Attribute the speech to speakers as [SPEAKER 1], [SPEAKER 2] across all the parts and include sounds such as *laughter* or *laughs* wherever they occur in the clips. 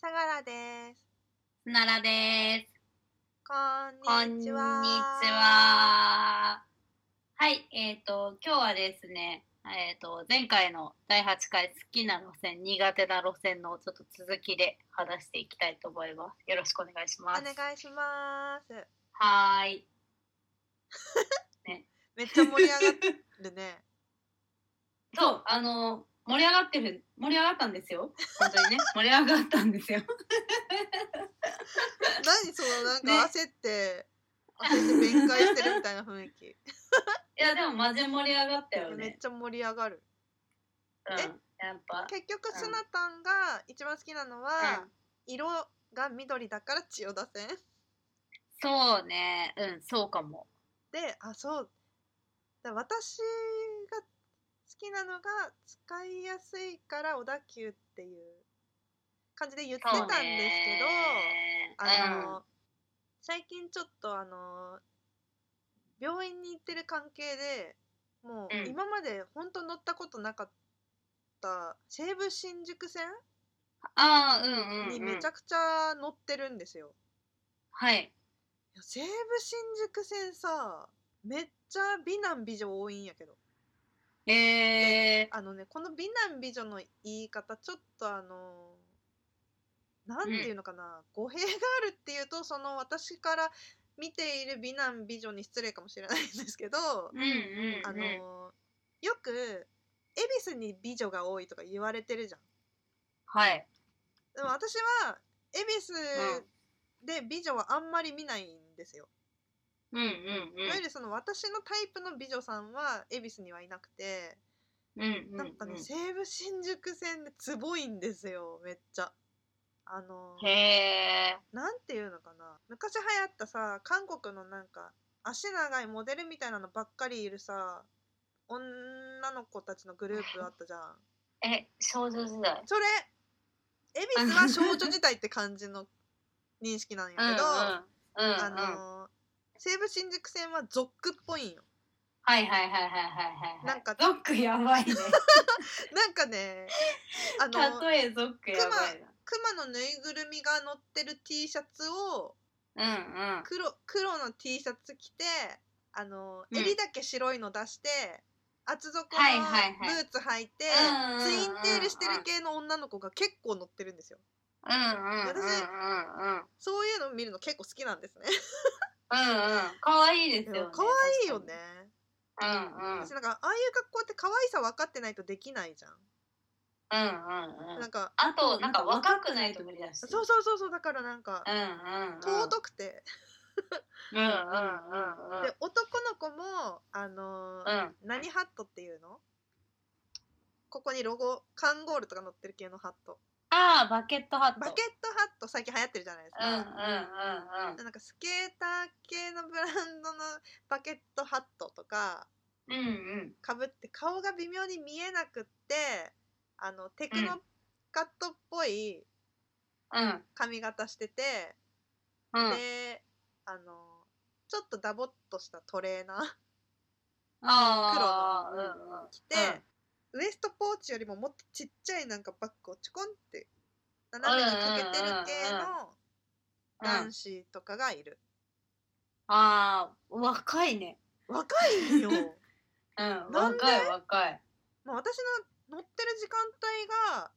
[SPEAKER 1] かです。
[SPEAKER 2] ならです。
[SPEAKER 1] こ
[SPEAKER 2] こ
[SPEAKER 1] んに
[SPEAKER 2] んに
[SPEAKER 1] ち
[SPEAKER 2] ち
[SPEAKER 1] は。
[SPEAKER 2] は。はい、えっ、と、今日はですね、えっ、と、前回の第8回好きな路線、苦手な路線のちょっと続きで話していきたいと思います。よろしくお願いします。
[SPEAKER 1] お願いします。
[SPEAKER 2] はーい。
[SPEAKER 1] めっちゃ盛り上がってるね。
[SPEAKER 2] *laughs* そう、あの、盛り上がってる、盛り上がったんですよ。
[SPEAKER 1] *laughs*
[SPEAKER 2] 本当にね、盛り上がったんですよ。
[SPEAKER 1] 何そのなんか
[SPEAKER 2] ね
[SPEAKER 1] 焦って、焦って弁解してるみたいな雰囲気。
[SPEAKER 2] いや、でも、マジ盛り上がったよ
[SPEAKER 1] めっ
[SPEAKER 2] ね。
[SPEAKER 1] ちゃ盛り上がる。
[SPEAKER 2] うん、
[SPEAKER 1] え
[SPEAKER 2] やっぱ。
[SPEAKER 1] 結局スナタンが一番好きなのは、
[SPEAKER 2] うん
[SPEAKER 1] 色が緑だから千代田線
[SPEAKER 2] そうね、うん、そうかも。
[SPEAKER 1] で、あそう。だ私が好きなのが使いやすいから小田急っていう感じで言ってたんですけど。あの、最近ちょっとあの病院に行ってる関係でもう
[SPEAKER 2] うん
[SPEAKER 1] 今まで本当乗ったことなかった西武新宿線
[SPEAKER 2] ああ、うんうん、うん。
[SPEAKER 1] にめちゃくちゃ乗ってるんですよ。
[SPEAKER 2] はい。
[SPEAKER 1] いや西武新宿線さめっちゃ美男美女多いんやけど
[SPEAKER 2] ええ
[SPEAKER 1] あのねこの美男美女の言い方ちょっとあのなんていうのかな、語弊があるっていうとその私から見ている美男美女に失礼かもしれないんですけど、
[SPEAKER 2] うんうん、うん。
[SPEAKER 1] あのよく恵比寿に美女が多いとか言われてるじゃん
[SPEAKER 2] はい。
[SPEAKER 1] でも私は恵比寿で美女はあんまり見ないんですよ、
[SPEAKER 2] うんうん
[SPEAKER 1] いわゆるその私のタイプの美女さんは恵比寿にはいなくて、
[SPEAKER 2] うん。うんうんうん。
[SPEAKER 1] なんかね西武新宿線でつぼいんですよめっちゃあの
[SPEAKER 2] へえ。
[SPEAKER 1] なんていうのかな昔流行ったさ韓国のなんか足長いモデルみたいなのばっかりいるさ女の子たちのグループあったじゃ
[SPEAKER 2] *laughs*
[SPEAKER 1] ん
[SPEAKER 2] え、少女時代。
[SPEAKER 1] それ恵比寿は少女時代って感じの認識なんやけど、
[SPEAKER 2] うんうん、うんうん。
[SPEAKER 1] あのー西武新宿線はゾックっぽいんよ
[SPEAKER 2] はいはいはいはいはいはい。
[SPEAKER 1] なんか
[SPEAKER 2] ゾックやばいね。
[SPEAKER 1] なんかねあ
[SPEAKER 2] *laughs*
[SPEAKER 1] のー
[SPEAKER 2] 例えゾックやばい
[SPEAKER 1] 熊のぬいぐるみが乗ってる T シャツを
[SPEAKER 2] な。うんうん。
[SPEAKER 1] 黒黒の T シャツ着てあのー
[SPEAKER 2] うん
[SPEAKER 1] 襟だけ白いの出して厚底の
[SPEAKER 2] はいはいはい
[SPEAKER 1] ブーツ履いて
[SPEAKER 2] うんうんうんうん
[SPEAKER 1] ツインテールしてる系の女の子が結構乗ってるんですよ
[SPEAKER 2] うんうんうんうん
[SPEAKER 1] 私
[SPEAKER 2] うんうん。
[SPEAKER 1] そういうの見るの結構好きなんですね
[SPEAKER 2] うんうん。可愛いですよね。
[SPEAKER 1] 可愛いよね
[SPEAKER 2] 確か
[SPEAKER 1] 私なんかああいう格好って可愛さ分かってないとできないじゃん、
[SPEAKER 2] に。うんうん。うんうん
[SPEAKER 1] な
[SPEAKER 2] う
[SPEAKER 1] ん
[SPEAKER 2] ん。
[SPEAKER 1] か
[SPEAKER 2] あと、なんか若くないと無理だし。
[SPEAKER 1] そうそうそうそうだからなんか
[SPEAKER 2] うんうんうん。
[SPEAKER 1] 尊くて、
[SPEAKER 2] うんうんうんうん。
[SPEAKER 1] で男の子もあのー
[SPEAKER 2] うん。
[SPEAKER 1] 何ハットっていうのここにロゴカンゴールとか載ってる系のハット
[SPEAKER 2] ああ、バケットハット。
[SPEAKER 1] バケットハット最近流行ってるじゃないです
[SPEAKER 2] うんうんうん
[SPEAKER 1] か、なんかスケーター系のブランドのバケットハットとか
[SPEAKER 2] うん。うんうん。
[SPEAKER 1] かぶって顔が微妙に見えなくってあのテクノカットっぽい
[SPEAKER 2] うん
[SPEAKER 1] 髪型してて、
[SPEAKER 2] うん。
[SPEAKER 1] であのちょっとダボっとしたトレーナー
[SPEAKER 2] ああ、
[SPEAKER 1] 黒の
[SPEAKER 2] うんうん。
[SPEAKER 1] 着て、ウエストポーチよりももっとちっちゃいなんかバッグをちょこんって斜めにかけてる系
[SPEAKER 2] うんうん
[SPEAKER 1] の
[SPEAKER 2] うん
[SPEAKER 1] 男子とかがいる、
[SPEAKER 2] ああ、若いね。
[SPEAKER 1] 若いよもう *laughs*
[SPEAKER 2] うん、
[SPEAKER 1] なんで
[SPEAKER 2] 若い若い。
[SPEAKER 1] 私の乗ってる時間帯が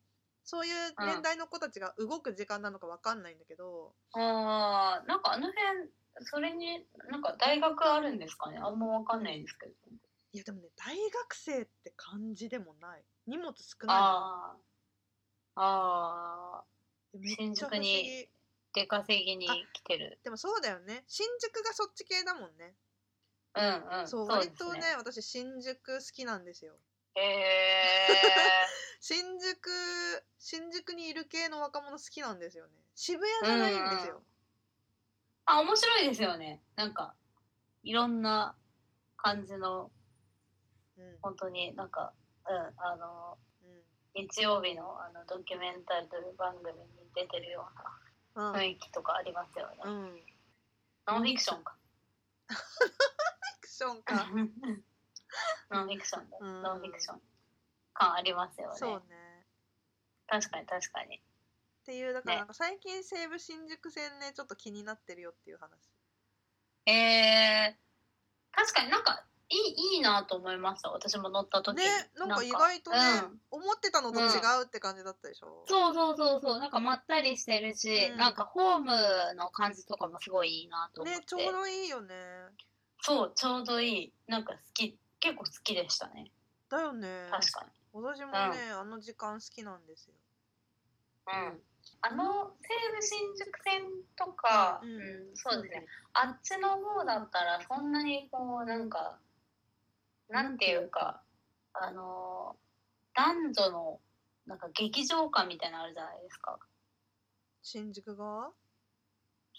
[SPEAKER 1] そういう年代の子たちが動く時間なのかわかんないんだけど、
[SPEAKER 2] ああ、なんかあの辺、それに、なんか大学あるんですかねあんまわかんないですけど。
[SPEAKER 1] いやでもね大学生って感じでもない荷物少な
[SPEAKER 2] ああ、ああ、
[SPEAKER 1] いのめっちゃ不思
[SPEAKER 2] 新宿
[SPEAKER 1] 議
[SPEAKER 2] に出稼ぎに来てる。
[SPEAKER 1] でもそうだよね新宿がそっち系だもんね
[SPEAKER 2] うんうん。
[SPEAKER 1] そう
[SPEAKER 2] で
[SPEAKER 1] 割
[SPEAKER 2] す
[SPEAKER 1] とね。私新宿好きなんですよ
[SPEAKER 2] へ
[SPEAKER 1] *laughs* 新宿新宿にいる系の若者好きなんですよね渋谷じゃないんですよ、
[SPEAKER 2] あ、面白いですよね。なんか、いろんな感じの、
[SPEAKER 1] うんうん
[SPEAKER 2] 本当になんか、うん、あの、日曜日のあのドキュメンタリー番組に出てるような雰囲気とかありますよね。
[SPEAKER 1] うんうん、フ
[SPEAKER 2] ノンフィクションか。
[SPEAKER 1] ィクションか
[SPEAKER 2] ノンフィクションだ。
[SPEAKER 1] うん
[SPEAKER 2] ノンフィクション感ありますよ
[SPEAKER 1] そう
[SPEAKER 2] ね
[SPEAKER 1] ね。
[SPEAKER 2] 確かに確かに。
[SPEAKER 1] っていうだからなんか最近西武新宿線ねちょっと気になってるよっていう話
[SPEAKER 2] えー、確かになんかいいいいなと思いました私も乗った時に
[SPEAKER 1] ねなんか意外とね
[SPEAKER 2] うん、
[SPEAKER 1] 思ってたのと違うって感じだったでしょ、
[SPEAKER 2] そうそうそうそうなんかまったりしてるし、
[SPEAKER 1] うん
[SPEAKER 2] なんかホームの感じとかもすごいいいなと思って、
[SPEAKER 1] ねちょうどいいよね
[SPEAKER 2] そうちょうどいいなんか好き結構好きでしたね
[SPEAKER 1] だよね
[SPEAKER 2] 確か
[SPEAKER 1] 私もね、あの時間好きなんですよ
[SPEAKER 2] に、うんあの西武新宿線とか、
[SPEAKER 1] う
[SPEAKER 2] うんんそうですねあっちの方だったらそんなにこうなんかなんていうかあの男女のなんか劇場感みたいなのあるじゃないですか
[SPEAKER 1] 新宿が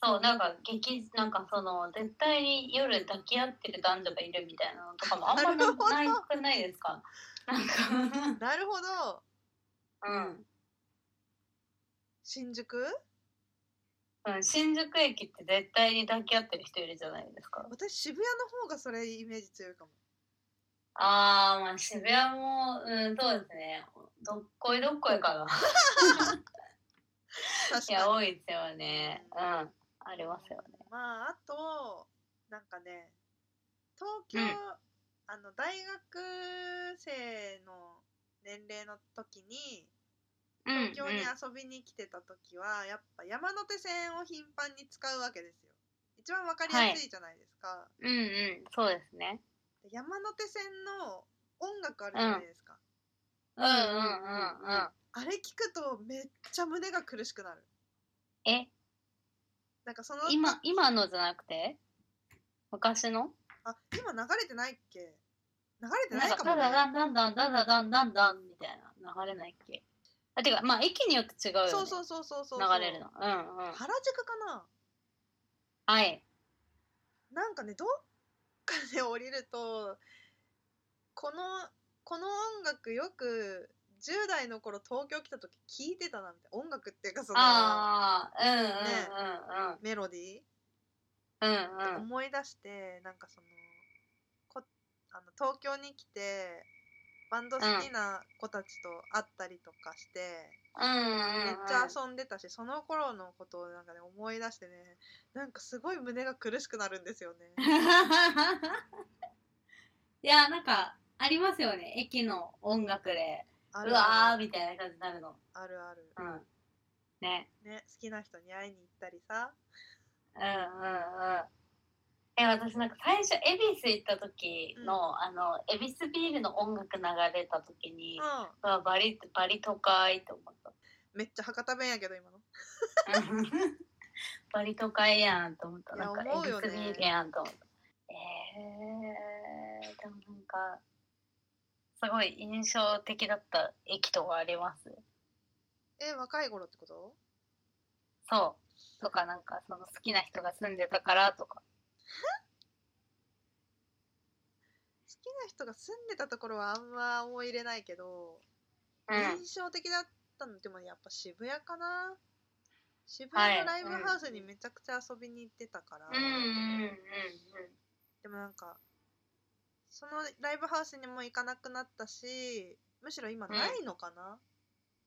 [SPEAKER 2] そうなんか劇なんかその絶対に夜抱き合ってる男女がいるみたいなのとかもあんま
[SPEAKER 1] なるほど
[SPEAKER 2] りないくないですかなんか
[SPEAKER 1] なるほど
[SPEAKER 2] うん
[SPEAKER 1] 新宿
[SPEAKER 2] うん、新宿駅って絶対に抱き合ってる人いるじゃないですか。
[SPEAKER 1] 私渋谷の方がそれイメージ強いかも
[SPEAKER 2] ああ、まあ渋谷も、うん、そうですね。どっこいどっこいかな。
[SPEAKER 1] 確
[SPEAKER 2] い
[SPEAKER 1] かに
[SPEAKER 2] や、多いですよね。うん、ありますよね。
[SPEAKER 1] まああとなんかね東京、
[SPEAKER 2] うん
[SPEAKER 1] あの大学生の年齢の時に
[SPEAKER 2] うん、うん
[SPEAKER 1] 東京に遊びに来てた時は、やっぱ山手線を頻繁に使うわけですよ一番わかりやすいじゃないですか、
[SPEAKER 2] うん、うん、そうですね。
[SPEAKER 1] で山手線の音楽あるじゃないですか、
[SPEAKER 2] うん、うん、うん、
[SPEAKER 1] あれ聞くとめっちゃ胸が苦しくなる
[SPEAKER 2] うん。え、
[SPEAKER 1] なんかその
[SPEAKER 2] 今、今のじゃなくて昔の
[SPEAKER 1] あ今流れてないっけ流れて
[SPEAKER 2] な
[SPEAKER 1] なんいか
[SPEAKER 2] か、
[SPEAKER 1] も
[SPEAKER 2] だん
[SPEAKER 1] ね
[SPEAKER 2] だんだんだんだんだんだんだんだんみたいな流れないっけあ、てか、まあ駅によって違うよね。
[SPEAKER 1] そうそうそうそうそう
[SPEAKER 2] 流れるの。うん、うん。
[SPEAKER 1] 原宿かな
[SPEAKER 2] はい。
[SPEAKER 1] なんかねどっかで降りるとこのこの音楽よく10代の頃東京来た時聞いてたなみたいな音楽っていうかその
[SPEAKER 2] ああ、うん
[SPEAKER 1] メロディ
[SPEAKER 2] うんうんうん。
[SPEAKER 1] ー
[SPEAKER 2] うんうん。
[SPEAKER 1] 思い出してなんかそのこあの東京に来てバンド好きな子たちと会ったりとかして、
[SPEAKER 2] うんうんうん。
[SPEAKER 1] めっちゃ遊んでたしその頃のことをなんかね思い出してねなんかすごい胸が苦しくなるんですよね。
[SPEAKER 2] *laughs* いや、なんか、ありますよね。駅の音楽で、
[SPEAKER 1] あ
[SPEAKER 2] う
[SPEAKER 1] るあ
[SPEAKER 2] わー
[SPEAKER 1] る
[SPEAKER 2] みたいな感じになるの。
[SPEAKER 1] あるある
[SPEAKER 2] うん。ね。
[SPEAKER 1] ね好きな人に会いに行ったりさ
[SPEAKER 2] うんうんうん。え、私なんか最初、恵比寿行った時の、あの、恵比寿ビールの音楽流れた時に、
[SPEAKER 1] うん
[SPEAKER 2] うわ、バリ、バリ都会って思った。
[SPEAKER 1] めっちゃ博多弁やけど今の
[SPEAKER 2] バリ都会やんと思った。
[SPEAKER 1] いや
[SPEAKER 2] なんか、
[SPEAKER 1] 思う
[SPEAKER 2] エ
[SPEAKER 1] よ
[SPEAKER 2] グ
[SPEAKER 1] ね
[SPEAKER 2] スビールやんと思った。えー、でもなんか、すごい印象的だった駅とかあります
[SPEAKER 1] え若い頃ってこと
[SPEAKER 2] そう。とか、なんか、その好きな人が住んでたからとか。
[SPEAKER 1] 好きな人が住んでたところはあんま思い入れないけど、
[SPEAKER 2] うん。
[SPEAKER 1] 印象的だったのでもやっぱ渋谷かな渋谷のライブハウスにめちゃくちゃ遊びに行ってたから、
[SPEAKER 2] うんうんうん
[SPEAKER 1] でもなんかそのライブハウスにも行かなくなったしむしろ今ないのかな、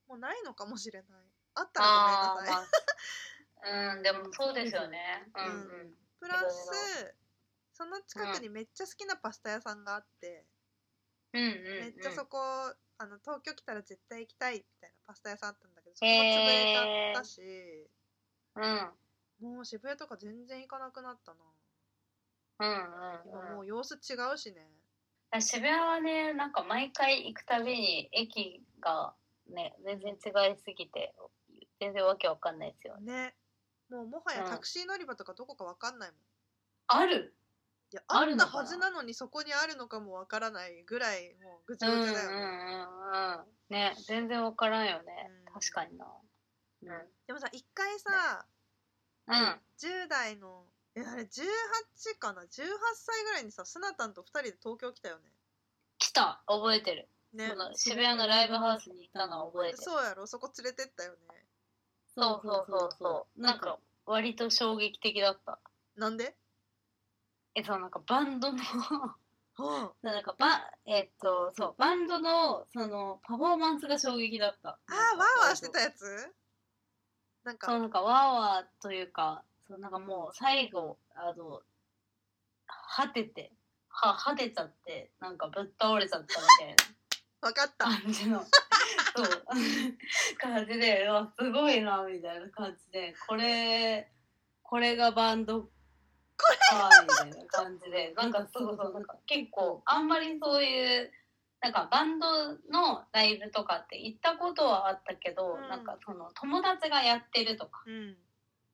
[SPEAKER 1] もうないのかもしれないあったら
[SPEAKER 2] あ
[SPEAKER 1] ご
[SPEAKER 2] ー
[SPEAKER 1] めんなさい
[SPEAKER 2] まあ、うん、でもそうですよね。うんうん。
[SPEAKER 1] プラ
[SPEAKER 2] いろ
[SPEAKER 1] スその近くにめっちゃ好きなパスタ屋さんがあって、
[SPEAKER 2] うんうん、うん。
[SPEAKER 1] めっちゃそこあの東京来たら絶対行きたいみたいなパスタ屋さんあったんだけどそこも潰れちゃったし、
[SPEAKER 2] うん。うん
[SPEAKER 1] もう渋谷とか全然行かなくなったな
[SPEAKER 2] うん
[SPEAKER 1] 今
[SPEAKER 2] うん
[SPEAKER 1] も。う様子違うしね
[SPEAKER 2] あ渋谷はね、なんか毎回行くたびに駅がね、全然違いすぎて、全然わけわかんないですよね。
[SPEAKER 1] ねもうもはや
[SPEAKER 2] うん
[SPEAKER 1] タクシー乗り場とかどこか分かんないもん
[SPEAKER 2] ある
[SPEAKER 1] いやあ
[SPEAKER 2] あ
[SPEAKER 1] っ
[SPEAKER 2] る
[SPEAKER 1] た
[SPEAKER 2] のかな
[SPEAKER 1] はずなのにそこにあるのかもわからないぐらいもうぐち
[SPEAKER 2] うん
[SPEAKER 1] ゃ
[SPEAKER 2] うんう
[SPEAKER 1] ぐ
[SPEAKER 2] んう
[SPEAKER 1] ちゃ
[SPEAKER 2] ん
[SPEAKER 1] だよね、。
[SPEAKER 2] ね、全然わからんよね
[SPEAKER 1] うん。
[SPEAKER 2] 確かにな。うん。
[SPEAKER 1] でもさ一回さ
[SPEAKER 2] うん。
[SPEAKER 1] 10代のえあれ18かな18歳ぐらいにさスナタンと2人で東京来たよ
[SPEAKER 2] 来た覚えてる。
[SPEAKER 1] ねね
[SPEAKER 2] その渋谷のライブハウスに行ったのは覚えてる。
[SPEAKER 1] そうやろそこ連れてったよね
[SPEAKER 2] そうそうそうそう。なんか、割と衝撃的だった。
[SPEAKER 1] なんで
[SPEAKER 2] え、そう、なんかバンドの *laughs*
[SPEAKER 1] は
[SPEAKER 2] なんかば、えっと、そう、バンドの、その、パフォーマンスが衝撃だった。
[SPEAKER 1] ああーワーワーしてたやつなん
[SPEAKER 2] そう
[SPEAKER 1] か
[SPEAKER 2] なんかわーわーというかそうなんかもう最後あの果てては果てちゃってなんかぶっ倒れちゃったみたいな。
[SPEAKER 1] 分かった
[SPEAKER 2] 感
[SPEAKER 1] *laughs*
[SPEAKER 2] じのそう感じでうわすごいなみたいな感じでこれこれがバンドかみたいな感じでなんかそうそうなんか結構あんまりそういうなんかバンドのライブとかって行ったことはあったけど、
[SPEAKER 1] うん
[SPEAKER 2] なんかその友達がやってるとか
[SPEAKER 1] うん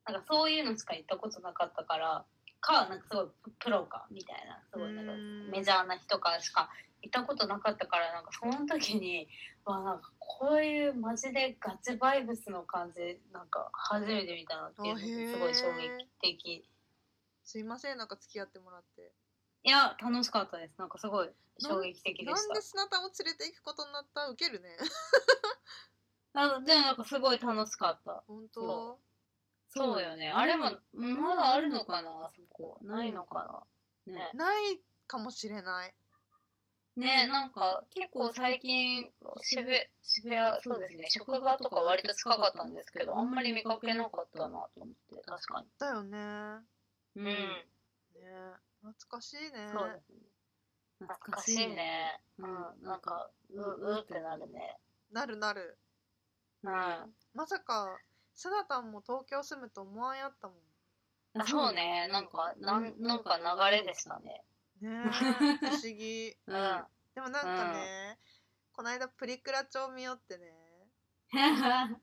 [SPEAKER 2] なんかそういうのしか行ったことなかったからかなんかすごいプロかみたいなすごいなんか
[SPEAKER 1] うん
[SPEAKER 2] メジャーな人かしか行ったことなかったからなんかその時にわなんかこういうマジでガチバイブスの感じなんか初めて見たなっていうのですごい衝
[SPEAKER 1] あへ
[SPEAKER 2] 撃
[SPEAKER 1] ー
[SPEAKER 2] 的
[SPEAKER 1] すいませんなんか付き合ってもらって
[SPEAKER 2] いや楽しかったですなんかすごい衝撃的で
[SPEAKER 1] な
[SPEAKER 2] し
[SPEAKER 1] ん
[SPEAKER 2] た
[SPEAKER 1] で砂田を連れて行くことになったウケるね
[SPEAKER 2] *laughs* なのでなんかすごい楽しかった
[SPEAKER 1] 本当
[SPEAKER 2] そそうよねあれもまだあるのかなあそこないのかなね
[SPEAKER 1] ないかもしれない
[SPEAKER 2] ね、なんか結構最近渋渋谷そうですね職場とか割と近かったんですけどあんまり見かけなかったなと思って確か
[SPEAKER 1] だよねね
[SPEAKER 2] にうん
[SPEAKER 1] 懐かしいね
[SPEAKER 2] そうですね懐
[SPEAKER 3] 懐
[SPEAKER 2] か
[SPEAKER 3] か
[SPEAKER 2] し
[SPEAKER 3] し
[SPEAKER 2] い
[SPEAKER 3] い
[SPEAKER 2] ね
[SPEAKER 3] ね
[SPEAKER 2] うんなんかううってなるね
[SPEAKER 1] なるなる
[SPEAKER 2] うんあ
[SPEAKER 1] まさか砂田も東京住むと思わんやったもん
[SPEAKER 2] そうねなんかなんなんか流れでしたね
[SPEAKER 1] ね *laughs* 不思議
[SPEAKER 2] うん
[SPEAKER 1] でもなんかね、こないだプリクラ帳見よってね、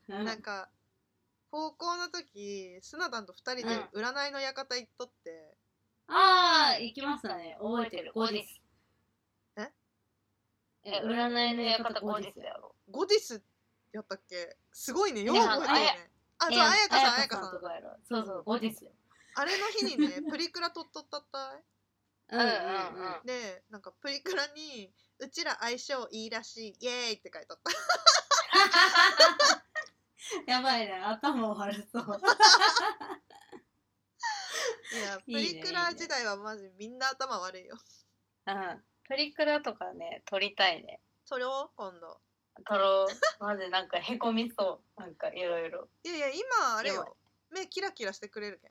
[SPEAKER 1] なんか高校の時スナダンと2人で占いの館行っとって、
[SPEAKER 2] ああ行きましたね覚えてる後日
[SPEAKER 1] え
[SPEAKER 2] え占いの館後日だろ
[SPEAKER 1] ゴディスやったっけすごいねよく覚えてるねあそうあやかさんあやかさん
[SPEAKER 2] とかやろそうそう後日
[SPEAKER 1] あれの日に
[SPEAKER 2] *laughs*
[SPEAKER 1] ねプリクラ撮っとったった
[SPEAKER 2] うんうんうん
[SPEAKER 1] いでなんかプリクラに「うちら相性いいらしいイエーイ!」って書いてあった
[SPEAKER 2] *laughs* やばいね、頭悪そう。
[SPEAKER 1] いやプ
[SPEAKER 2] いいね
[SPEAKER 1] リクラ時代はマジみんな頭悪いよ
[SPEAKER 2] うん。プリクラとかね、撮りたいね。
[SPEAKER 1] それを今度
[SPEAKER 2] 撮ろう。まずなんかへこみそう。なんかいろいろ。
[SPEAKER 1] いやいや今あれ
[SPEAKER 2] や
[SPEAKER 1] よ目キラキラしてくれるけん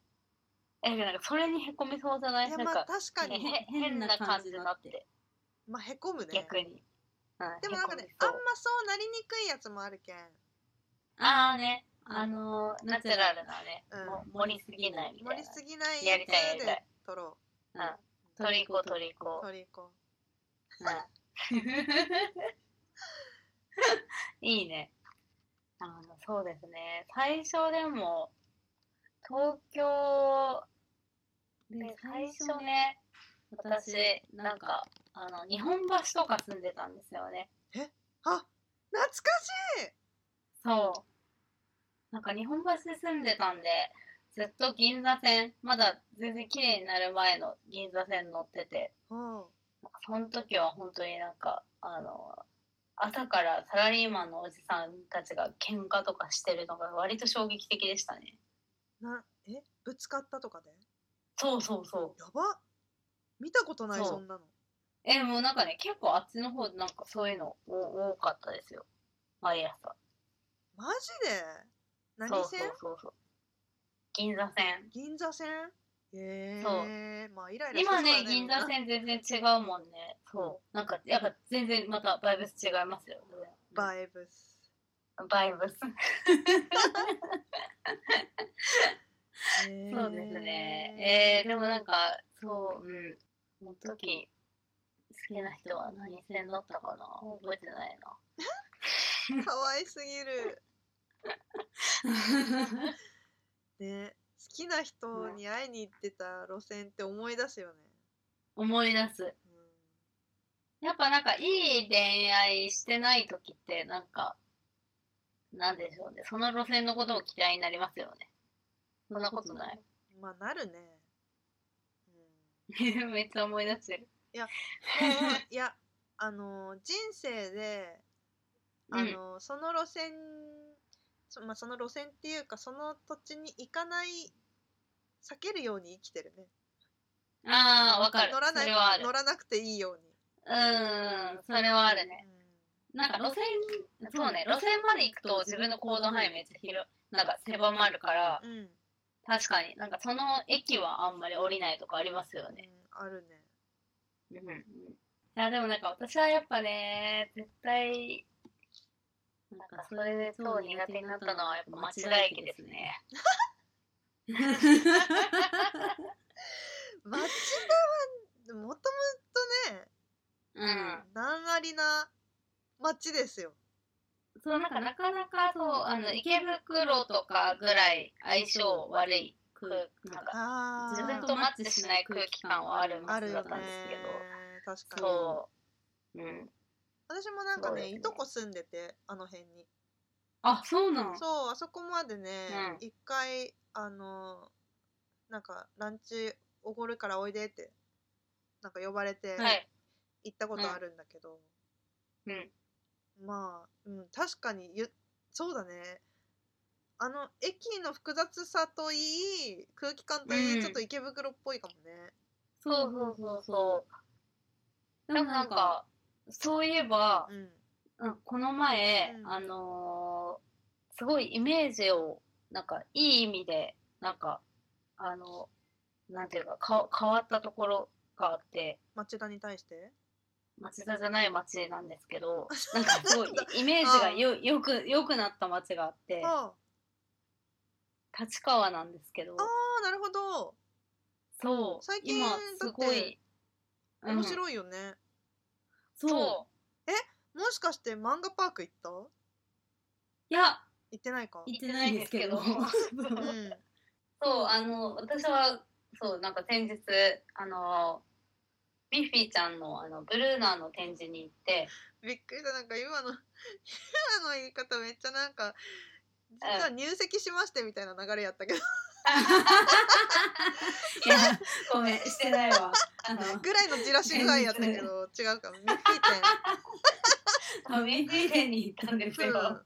[SPEAKER 2] え、なんかそれにへこみそうじゃない
[SPEAKER 1] い
[SPEAKER 2] な
[SPEAKER 1] や
[SPEAKER 2] ん
[SPEAKER 1] まあ
[SPEAKER 2] か、
[SPEAKER 1] 確かに、
[SPEAKER 2] へ変な感じになってる、
[SPEAKER 1] まあへこむね
[SPEAKER 2] 逆に。うん
[SPEAKER 1] でもなんかね
[SPEAKER 2] へこ
[SPEAKER 1] あん
[SPEAKER 2] み
[SPEAKER 1] ま
[SPEAKER 2] そう
[SPEAKER 1] そうなりにくいやつもあるけん
[SPEAKER 2] あーね、あのー、ナチュラルなね、
[SPEAKER 1] うん
[SPEAKER 2] も盛りすぎないみた
[SPEAKER 1] 盛
[SPEAKER 2] い
[SPEAKER 1] り
[SPEAKER 2] な。
[SPEAKER 1] すぎない
[SPEAKER 2] やりたいやり
[SPEAKER 1] つ
[SPEAKER 2] た
[SPEAKER 1] で
[SPEAKER 2] い
[SPEAKER 1] 撮ろ
[SPEAKER 2] うん。取り行こう、取り行
[SPEAKER 1] う
[SPEAKER 2] こう。
[SPEAKER 1] 撮り行こ
[SPEAKER 2] *laughs* いいね。あの、そうですね。最初でも、東京で
[SPEAKER 3] で
[SPEAKER 2] 最初ね、私、なんか、あの、日本橋とか住んでたんですよね。
[SPEAKER 1] うあ懐かし
[SPEAKER 2] そう。なんか日本橋で住んでたんで、ずっと銀座線、まだ全然綺麗になる前の銀座線乗ってて、
[SPEAKER 1] いうん
[SPEAKER 2] その時は本当になんかあの朝からサラリーマンのおじさんたちが喧嘩とかしてるのが割と衝撃的でしたね
[SPEAKER 1] なえぶつかったとかで
[SPEAKER 2] そうそうそう
[SPEAKER 1] やば見たことない
[SPEAKER 2] そう
[SPEAKER 1] そんなの
[SPEAKER 2] えもうなんかね結構あっちの方なんかそういうのお多かったですよ毎朝
[SPEAKER 1] マジで何
[SPEAKER 2] そうそう
[SPEAKER 1] 線
[SPEAKER 2] そうそう銀座線
[SPEAKER 1] 銀座線ええまあイライラ
[SPEAKER 2] 今ね
[SPEAKER 1] し
[SPEAKER 2] 銀
[SPEAKER 1] てそうだ
[SPEAKER 2] 座
[SPEAKER 1] ね
[SPEAKER 2] 線全然違うもんねそうなんかやっぱ全然またバイブス違いますよ
[SPEAKER 1] バイブス
[SPEAKER 2] バイブス *laughs*
[SPEAKER 1] そう
[SPEAKER 2] そうですね。えー、でもなんか、そう、うん。その時、好きな人は何線だったかな覚えてないな。
[SPEAKER 1] かわいすぎるね好きな人に会いに行ってた路線って思い出すよね、
[SPEAKER 2] *laughs* 思い出す。
[SPEAKER 1] うん、
[SPEAKER 2] やっぱなんか、いい恋愛してない時って、なんか、なんでしょうね。その路線のことを嫌いになりますよね。そんなことない。
[SPEAKER 1] まあなるね、
[SPEAKER 2] *laughs* めっちゃ思い出してる。
[SPEAKER 1] うん、もういやあの人生であの、その路線そ,、まあ、その路線っていうかその土地に行かない避けるように生きてるね
[SPEAKER 2] ああ、わかる。
[SPEAKER 1] 乗らな
[SPEAKER 2] そ
[SPEAKER 1] い
[SPEAKER 2] れはある。
[SPEAKER 1] 乗らなくていいように
[SPEAKER 2] うん、それはあるね。
[SPEAKER 1] うん
[SPEAKER 2] なんか路線、そうね、路線まで行くと自分の行動範囲めっちゃ広なんか狭まるから、
[SPEAKER 1] うん、うん
[SPEAKER 2] 確かになんかその駅はあんまり降りないとかありますよね。
[SPEAKER 1] あるね
[SPEAKER 2] うんうんいやでもなんか私はやっぱね絶対なんかそれで超苦手になったのはやっぱ町田駅ですね。
[SPEAKER 1] 町田はもともとね
[SPEAKER 2] うん、
[SPEAKER 1] 難ありな町ですよ
[SPEAKER 2] そうなんかなかなかそうあの池袋とかぐらい相性悪い空なんか
[SPEAKER 1] あ
[SPEAKER 2] 自分
[SPEAKER 1] ー
[SPEAKER 2] とマッチしない空気感はある
[SPEAKER 1] あ
[SPEAKER 2] 街
[SPEAKER 1] る
[SPEAKER 2] だ
[SPEAKER 1] よ
[SPEAKER 2] っ
[SPEAKER 1] ね
[SPEAKER 2] たんです
[SPEAKER 1] 確
[SPEAKER 2] け
[SPEAKER 1] か
[SPEAKER 2] ど、
[SPEAKER 1] に
[SPEAKER 2] そう、うん、
[SPEAKER 1] 私もなんか
[SPEAKER 2] そうです
[SPEAKER 1] ね
[SPEAKER 2] ね
[SPEAKER 1] いとこ住んでてあの辺に
[SPEAKER 2] あそうなん
[SPEAKER 1] そうあそこまでね
[SPEAKER 2] うん
[SPEAKER 1] 一、回あのなんかランチおごるからおいでってなんか呼ばれて
[SPEAKER 2] はい、
[SPEAKER 1] 行ったことあるんだけど、
[SPEAKER 2] うん、
[SPEAKER 1] まあ、うん、確かにゆそうだねあの駅の複雑さといい空気感といい、
[SPEAKER 2] うん
[SPEAKER 1] ちょっと池袋っぽいかもね
[SPEAKER 2] そうそうそうそうでもなんかそういえば、
[SPEAKER 1] うん
[SPEAKER 2] うん、この前、
[SPEAKER 1] うん
[SPEAKER 2] あのーすごいイメージを、なんか、いい意味で、なんか、あの、なんていうか、か、変わったところがあって、
[SPEAKER 1] 町田に対して
[SPEAKER 2] 町田じゃない町なんですけど、なんかすごいイメージがよ、よく、良くなった町があって、
[SPEAKER 1] あ
[SPEAKER 2] 立川なんですけど、
[SPEAKER 1] あなるほど
[SPEAKER 2] そう、
[SPEAKER 1] 最近
[SPEAKER 2] 今すご
[SPEAKER 1] だっ
[SPEAKER 2] い、うん
[SPEAKER 1] 面白いよね、
[SPEAKER 2] そう。
[SPEAKER 1] もしかして漫画パーク行った行
[SPEAKER 2] いや、
[SPEAKER 1] ってないか
[SPEAKER 2] 行ってないんですけど、
[SPEAKER 1] うん
[SPEAKER 2] そう、あの、私は、そう、なんか先日、あの、ビッフィーちゃんの、あの、ブルーナーの展示に行って、
[SPEAKER 1] びっくりしたなんか今の *laughs* 今の言い方めっちゃなんか実は入籍しましてみたいな流れやったけど
[SPEAKER 2] いや、ごめん、してないわ。あの、
[SPEAKER 1] ぐらいのじらし具合やったけど違
[SPEAKER 2] *laughs*
[SPEAKER 1] うかもミッフィー店
[SPEAKER 2] あミッフィー店に行ったん *laughs* ですよ。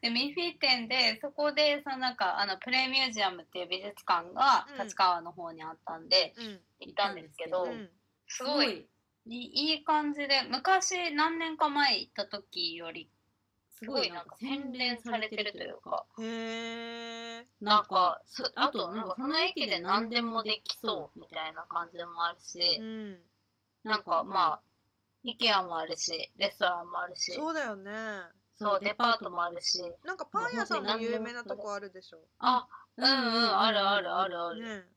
[SPEAKER 2] で、ミッフィー店で、そこで、そのなんか、あの、プレミュージアムっていう美術館が
[SPEAKER 1] うん
[SPEAKER 2] 立川の方にあったんで、
[SPEAKER 1] うん
[SPEAKER 2] 行ったんですけど、
[SPEAKER 1] うん、
[SPEAKER 2] すごい、いい感じで、昔、何年か前行った時より、
[SPEAKER 3] す
[SPEAKER 2] すごいなんか洗練されてるというか、
[SPEAKER 1] うん、へえ
[SPEAKER 3] な
[SPEAKER 2] なん
[SPEAKER 3] んか
[SPEAKER 2] か、そあと、なんか、その駅で何でもできそうみたいな感じもあるし
[SPEAKER 1] う、ん
[SPEAKER 2] なんか、まあ、IKEA もあるし、レストランもあるし、
[SPEAKER 1] そうだよね
[SPEAKER 2] そう、デパートもあるし、
[SPEAKER 1] なんかパン屋さんも有名なとこあるでしょ
[SPEAKER 2] あ、うんうん、あるあるあるある。
[SPEAKER 1] ね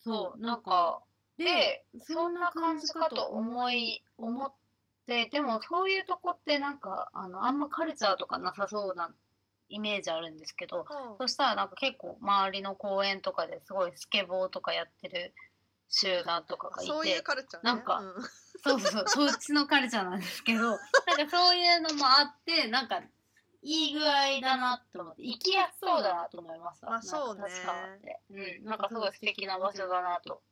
[SPEAKER 2] そ、
[SPEAKER 3] そうう
[SPEAKER 2] な
[SPEAKER 3] なんん
[SPEAKER 2] か
[SPEAKER 3] か、
[SPEAKER 2] で
[SPEAKER 3] で、
[SPEAKER 2] そ
[SPEAKER 3] そ
[SPEAKER 2] ん
[SPEAKER 3] ん
[SPEAKER 2] な
[SPEAKER 3] な
[SPEAKER 2] 感
[SPEAKER 3] 感
[SPEAKER 2] じ
[SPEAKER 3] じ
[SPEAKER 2] か
[SPEAKER 3] か
[SPEAKER 2] と
[SPEAKER 3] と
[SPEAKER 2] 思
[SPEAKER 3] 思
[SPEAKER 2] い、思って、でも、そういうとこって、なんか、あの、あんまカルチャーとかなさそうなイメージあるんですけど、
[SPEAKER 1] うん
[SPEAKER 2] そしたらなんか結構周りの公園とかですごいスケボーとかやってる集団とかがいて
[SPEAKER 1] そういうカルチャーね
[SPEAKER 2] なんか
[SPEAKER 1] うん
[SPEAKER 2] そうそうそうそっちのカルチャーなんですけどなんかそういうのもあってなんかいい具合だなと思って行きやすそうだなと思いました
[SPEAKER 1] まあそうね
[SPEAKER 2] なんか確かあってうん、なんかすごい素敵な場所だなと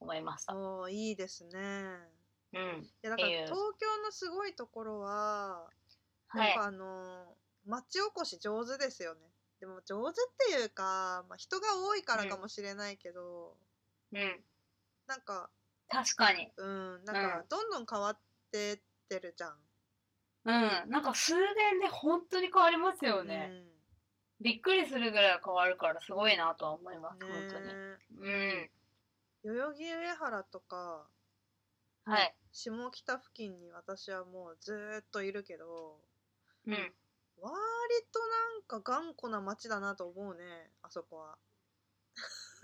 [SPEAKER 2] 思いました
[SPEAKER 1] おーいいですねい
[SPEAKER 2] うん
[SPEAKER 1] やだから
[SPEAKER 2] っていう
[SPEAKER 1] 東京のすごいところは
[SPEAKER 2] は
[SPEAKER 1] やっ
[SPEAKER 2] い
[SPEAKER 1] ぱあのー町おこし上手ですよねでも上手っていうか、まあ、人が多いからかもしれないけど、
[SPEAKER 2] うん
[SPEAKER 1] なんか
[SPEAKER 2] 確かに
[SPEAKER 1] うんなんかどんどん変わってってるじゃん、
[SPEAKER 2] うんなんか数年で本当に変わりますよね、びっくりするぐらい変わるからすごいなとは思いま
[SPEAKER 1] うん
[SPEAKER 2] す、
[SPEAKER 1] ね
[SPEAKER 2] 本当にうん
[SPEAKER 1] 代々木上原とか
[SPEAKER 2] はい。
[SPEAKER 1] 下北付近に私はもうずーっといるけど
[SPEAKER 2] うん。
[SPEAKER 1] 割となんか頑固な町だなと思うねあそこは *laughs*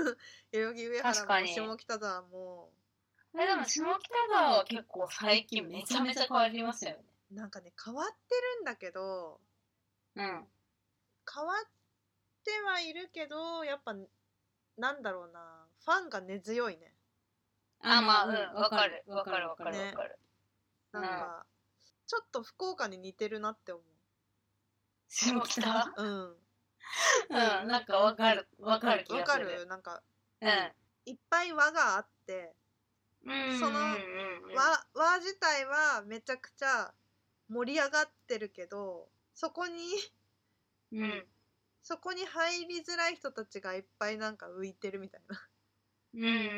[SPEAKER 1] 代々木上
[SPEAKER 2] 確か
[SPEAKER 1] 原も
[SPEAKER 2] に
[SPEAKER 1] 下北沢も
[SPEAKER 2] え、でも下北沢は結構最近めちゃめちゃ変わりましたよね。
[SPEAKER 1] なんかね変わってるんだけど
[SPEAKER 2] うん。
[SPEAKER 1] 変わってはいるけどやっぱなんだろうなファンが根強いね
[SPEAKER 2] あ、まあ、うん、わかる。わかるわかる
[SPEAKER 1] ね
[SPEAKER 2] わかる。
[SPEAKER 1] なんか、ちょっと福岡に似てるなって思
[SPEAKER 2] 下北
[SPEAKER 1] ううん
[SPEAKER 2] うん、なんかわかる。わかる気
[SPEAKER 1] わ
[SPEAKER 2] が
[SPEAKER 1] か
[SPEAKER 2] す
[SPEAKER 1] る
[SPEAKER 2] る。
[SPEAKER 1] なんか
[SPEAKER 2] う
[SPEAKER 1] いっぱい輪があって
[SPEAKER 2] ん。うん。
[SPEAKER 1] その
[SPEAKER 2] うんうんうん
[SPEAKER 1] 輪輪自体はめちゃくちゃ盛り上がってるけどそこに *laughs*
[SPEAKER 2] うん。
[SPEAKER 1] そこに入りづらい人たちがいっぱいなんか浮いてるみたいな
[SPEAKER 2] うんうんうんうんう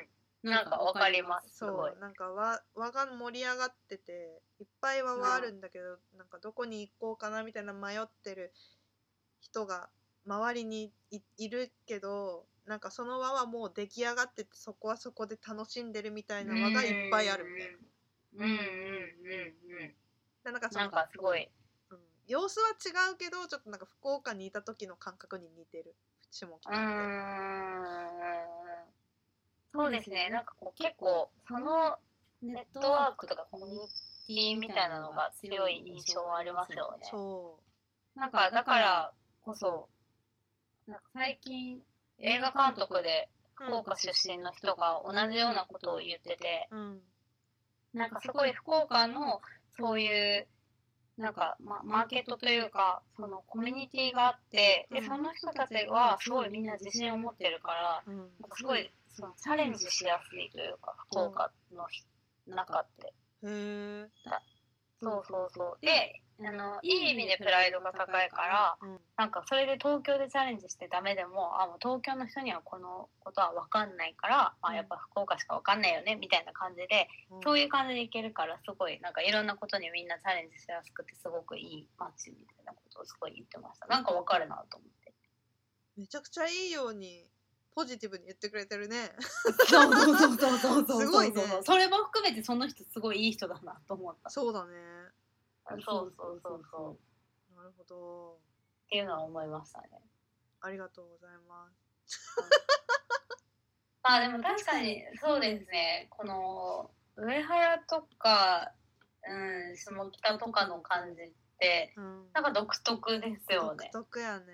[SPEAKER 2] ん。なんかわかります。すごい
[SPEAKER 1] そ。うなんか輪輪が盛り上がってていっぱい輪はあるんだけど、なんかどこに行こうかなみたいな迷ってる人が周りにいいるけどなんかその輪はもう出来上がっててそこはそこで楽しんでるみたいな輪がいっぱいあるみたいな。
[SPEAKER 2] うんうんうんうん
[SPEAKER 1] でなんかその
[SPEAKER 2] なんかすごい、
[SPEAKER 1] うん、様子は違うけどちょっとなんか福岡にいた時の感覚に似てる下北っ
[SPEAKER 2] う
[SPEAKER 1] て。
[SPEAKER 2] ーんそうですねなんかこう結
[SPEAKER 3] 構
[SPEAKER 2] 構その
[SPEAKER 3] ネ
[SPEAKER 2] ネ
[SPEAKER 3] ッ
[SPEAKER 2] ッ
[SPEAKER 3] ト
[SPEAKER 2] トワ
[SPEAKER 3] ワ
[SPEAKER 2] ー
[SPEAKER 3] ーク
[SPEAKER 2] ク
[SPEAKER 3] と
[SPEAKER 2] と
[SPEAKER 3] か
[SPEAKER 2] か
[SPEAKER 3] コ
[SPEAKER 2] コ
[SPEAKER 3] ミ
[SPEAKER 2] ミ
[SPEAKER 3] ュ
[SPEAKER 2] ュ
[SPEAKER 3] ニ
[SPEAKER 2] ニ
[SPEAKER 3] テ
[SPEAKER 2] ティみ
[SPEAKER 3] ィみた
[SPEAKER 2] た
[SPEAKER 3] い
[SPEAKER 2] い
[SPEAKER 3] な
[SPEAKER 2] な
[SPEAKER 3] の
[SPEAKER 2] の
[SPEAKER 3] が
[SPEAKER 2] が
[SPEAKER 3] 強
[SPEAKER 2] 強
[SPEAKER 3] い
[SPEAKER 2] い
[SPEAKER 3] 印
[SPEAKER 2] 印象
[SPEAKER 3] 象は
[SPEAKER 2] は
[SPEAKER 3] あ
[SPEAKER 2] あ
[SPEAKER 3] り
[SPEAKER 2] り
[SPEAKER 3] ま
[SPEAKER 2] ますす
[SPEAKER 3] よ
[SPEAKER 2] よ
[SPEAKER 3] ね
[SPEAKER 2] ね。
[SPEAKER 1] そ
[SPEAKER 2] なんかだからこそなんか最近映画監督で
[SPEAKER 1] う、
[SPEAKER 2] 福岡出身の人が同じようなことを言ってて
[SPEAKER 1] うん
[SPEAKER 2] なんかすごい福岡のそういうなんかまマーケットというかそのコミュニティがあってで
[SPEAKER 1] うん
[SPEAKER 2] その人たちはすごいみんな自信を持ってるから
[SPEAKER 1] うんうん
[SPEAKER 2] なんかすごいそのチャレンジしやすいというか福岡のひ中って。
[SPEAKER 1] へえ、
[SPEAKER 2] そうそうそう。で、あの、いい意味でプライドが高いから、
[SPEAKER 1] うん
[SPEAKER 2] なんかそれで東京でチャレンジしてダメでも、あ、もう東京の人にはこのことは分かんないから、
[SPEAKER 1] う
[SPEAKER 2] あ、
[SPEAKER 1] ん
[SPEAKER 2] やっぱ福岡しか分かんないよね、みたいな感じで、
[SPEAKER 1] うん
[SPEAKER 2] そういう感じでいけるから、すごい、なんかいろんなことにみんなチャレンジしやすくて、すごくいい街みたいなことをすごい言ってました。なんか分かるなと思って。
[SPEAKER 1] めちゃくちゃいいようにポジティブに言ってくれてる
[SPEAKER 2] *laughs*
[SPEAKER 1] ね。
[SPEAKER 2] そうそうそうそうそう
[SPEAKER 1] すごいね
[SPEAKER 2] それも含めてその人すごいいい人だなと思った。
[SPEAKER 1] そうだね。
[SPEAKER 2] そうそうそうそう。っ
[SPEAKER 1] なるほど。
[SPEAKER 2] ていうのは思いましたね。
[SPEAKER 1] ありがとうございます。
[SPEAKER 2] まあでも確かにそうですね、この上原とか、うん、下北とかの感じって、
[SPEAKER 1] うん。
[SPEAKER 2] なんか独特ですよね
[SPEAKER 1] 独。特やね。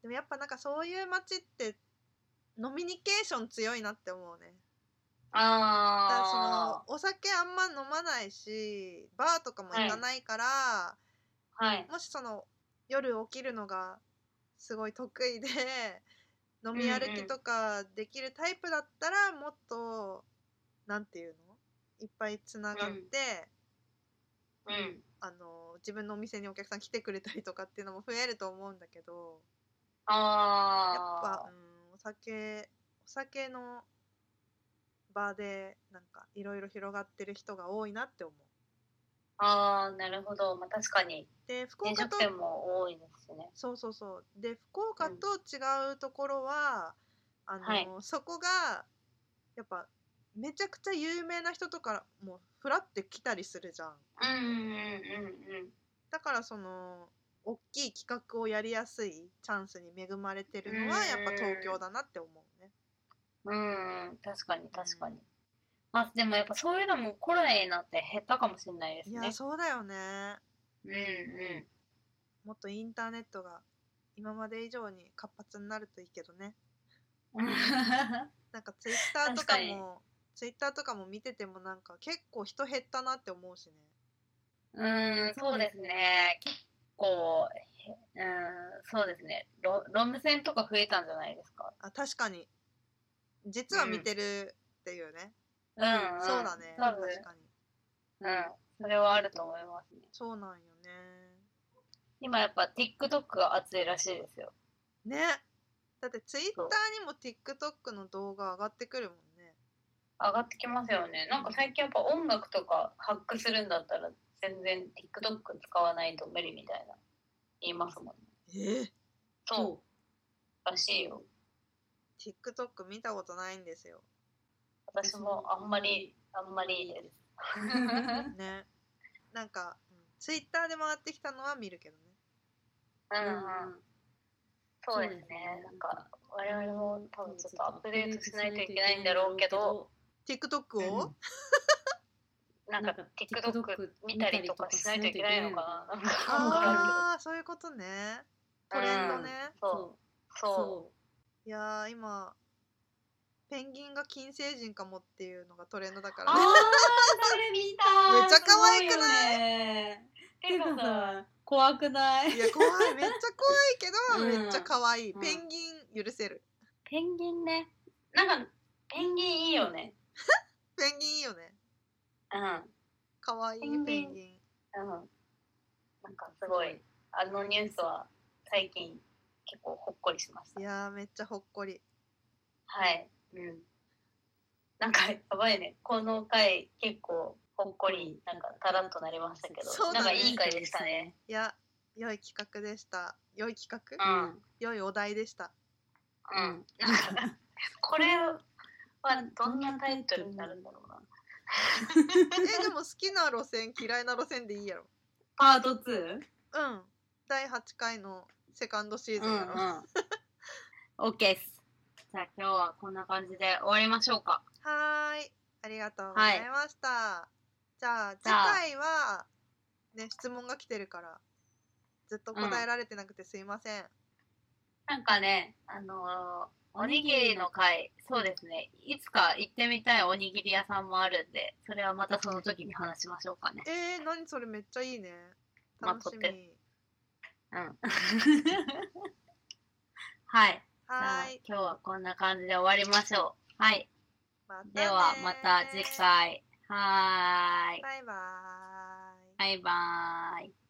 [SPEAKER 1] でもやっぱなんかそういう街ってノミニケーション強いなって思うね。だからそ
[SPEAKER 2] あ
[SPEAKER 1] のお酒あんま飲まないしバーとかも行かないから、
[SPEAKER 2] あ、はい。
[SPEAKER 1] もしその夜起きるのがすごい得意で飲み歩きとかできるタイプだったらもっとなんていうのいっぱいつながって、
[SPEAKER 2] うん。
[SPEAKER 1] あの自分のお店にお客さん来てくれたりとかっていうのも増えると思うんだけどやっぱ
[SPEAKER 2] あ、
[SPEAKER 1] うん、お酒お酒の場でなんかいろいろ広がってる人が多いなって思う。
[SPEAKER 2] あ、ああ、なるほど。まあ確かに、
[SPEAKER 1] で福
[SPEAKER 2] 飲
[SPEAKER 1] 岡
[SPEAKER 2] 食
[SPEAKER 1] と
[SPEAKER 2] 店も多いですね。
[SPEAKER 1] そうそうそうで福岡と違うところは、あの
[SPEAKER 2] はい
[SPEAKER 1] そこがやっぱめちゃくちゃ有名な人とかもふらって来たりするじゃん
[SPEAKER 2] うんうん
[SPEAKER 1] だからその大きい企画をやりやすいチャンスに恵まれてるの
[SPEAKER 2] う
[SPEAKER 1] は
[SPEAKER 2] ん
[SPEAKER 1] やっぱ東京だなって思うね
[SPEAKER 2] うんうん。うん、確かに確かに。まあでもやっぱそういうのもコロナになって減ったかもしれないです
[SPEAKER 1] い
[SPEAKER 2] ね。
[SPEAKER 1] やそうだよね
[SPEAKER 2] うんうん。
[SPEAKER 1] もっとインターネットが今まで以上に活発になるといいけどねなんかツイッターとか
[SPEAKER 2] 確かに
[SPEAKER 1] もツイッターとかも見ててもなんか結構人減ったなって思うしね
[SPEAKER 2] うーん、そうですね。結構、へうーん、そうですね。ロ、ロム線とか増えたんじゃないですか。
[SPEAKER 1] あ確かに実は見てるっていうね、
[SPEAKER 2] うん、うん、
[SPEAKER 1] そうだね
[SPEAKER 2] 多
[SPEAKER 1] 確
[SPEAKER 2] 分、
[SPEAKER 1] かに
[SPEAKER 2] うん、それはあると思いますね。
[SPEAKER 1] そうなんよ
[SPEAKER 2] 今やっぱ TikTok が熱いらしいですよ。
[SPEAKER 1] ねねだってツイッターにも TikTok の動画上がってくるもんね
[SPEAKER 2] 上がってきますよね。なんか最近やっぱ音楽とか発掘するんだったら全然 TikTok 使わないと無理みたいな言いますもんね。
[SPEAKER 1] ええ
[SPEAKER 2] そう。らしいよ。
[SPEAKER 1] TikTok 見たことないんですよ
[SPEAKER 2] 私もあんまり、あんまりです。
[SPEAKER 1] ねなんか、うん、ツイッターで回ってきたのは見るけどね
[SPEAKER 2] うんうんそうで
[SPEAKER 3] そう
[SPEAKER 2] す
[SPEAKER 3] ですね
[SPEAKER 2] ね。なんか我々も多分ちょっとアップデートしないといけないんだろうけど、、
[SPEAKER 1] TikTok を、
[SPEAKER 2] なんか TikTok 見たりとかしないといけないのかな。なんかわからんけど
[SPEAKER 1] ああそういうことねトレンドね、
[SPEAKER 2] そうそ
[SPEAKER 1] いやー今ペンギンが金星人かもっていうのがトレンドだか
[SPEAKER 2] う。
[SPEAKER 1] ら
[SPEAKER 2] あ
[SPEAKER 1] ね
[SPEAKER 2] あ、それ見た。
[SPEAKER 1] めっちゃ可愛くない
[SPEAKER 2] ね。て
[SPEAKER 3] て
[SPEAKER 2] か
[SPEAKER 3] か
[SPEAKER 2] さ、
[SPEAKER 3] さ、怖くない
[SPEAKER 1] いや怖いめっちゃ怖いけど、
[SPEAKER 3] うん
[SPEAKER 1] めっちゃ可愛い
[SPEAKER 3] うん
[SPEAKER 1] ペンギン許せる
[SPEAKER 2] ペンギンね。なんかペンギンいいよね。
[SPEAKER 1] ペンギンいいよね
[SPEAKER 2] うん。うん。
[SPEAKER 1] 可愛い
[SPEAKER 2] ペンギン
[SPEAKER 1] ペンギン
[SPEAKER 2] なんかすごいあのニュースは最近結構ほっこりしました
[SPEAKER 1] い。やーめっちゃほっこり
[SPEAKER 2] はい。うん。なんか、やばいね。この回、結構、ほっこり、なんか、たらんとなりましたけど、
[SPEAKER 1] そう
[SPEAKER 2] な
[SPEAKER 1] だ
[SPEAKER 2] ん
[SPEAKER 1] ね
[SPEAKER 2] か、いい回でしたね。
[SPEAKER 1] いや良い企画でした良い企
[SPEAKER 2] う
[SPEAKER 1] 画
[SPEAKER 2] ん
[SPEAKER 1] 良いお題でした
[SPEAKER 2] うん
[SPEAKER 3] うん
[SPEAKER 2] なんか *laughs* これはどんなタイトルになるんだろうな
[SPEAKER 1] えでも好きな路線嫌いな路線でいいやろ
[SPEAKER 3] パート 2?
[SPEAKER 1] うん第8回のセカンドシーズンやろ、は
[SPEAKER 3] うん。OK っす。
[SPEAKER 2] じゃあ今日はこんな感じで終わりましょうか
[SPEAKER 1] ーいありがとうございました、じゃあ次
[SPEAKER 2] じゃあ
[SPEAKER 1] 回はね質問が来てるからずっと答えられてなくてすいません、
[SPEAKER 2] なんかねあのーおにぎりの会そうですねいつか行ってみたいおにぎり屋さんもあるんでそれはまたその時に話しましょうかね
[SPEAKER 1] えー、何それめっちゃいいね
[SPEAKER 2] まあ
[SPEAKER 1] 楽し
[SPEAKER 2] 撮っ
[SPEAKER 1] み
[SPEAKER 2] うん *laughs* はいじゃ
[SPEAKER 1] は
[SPEAKER 2] あ
[SPEAKER 1] ーい
[SPEAKER 2] 今日はこんな感じで終わりましょうはい
[SPEAKER 1] またねー
[SPEAKER 2] ではまた次回はーい
[SPEAKER 1] バイバーイ
[SPEAKER 2] バイバーイ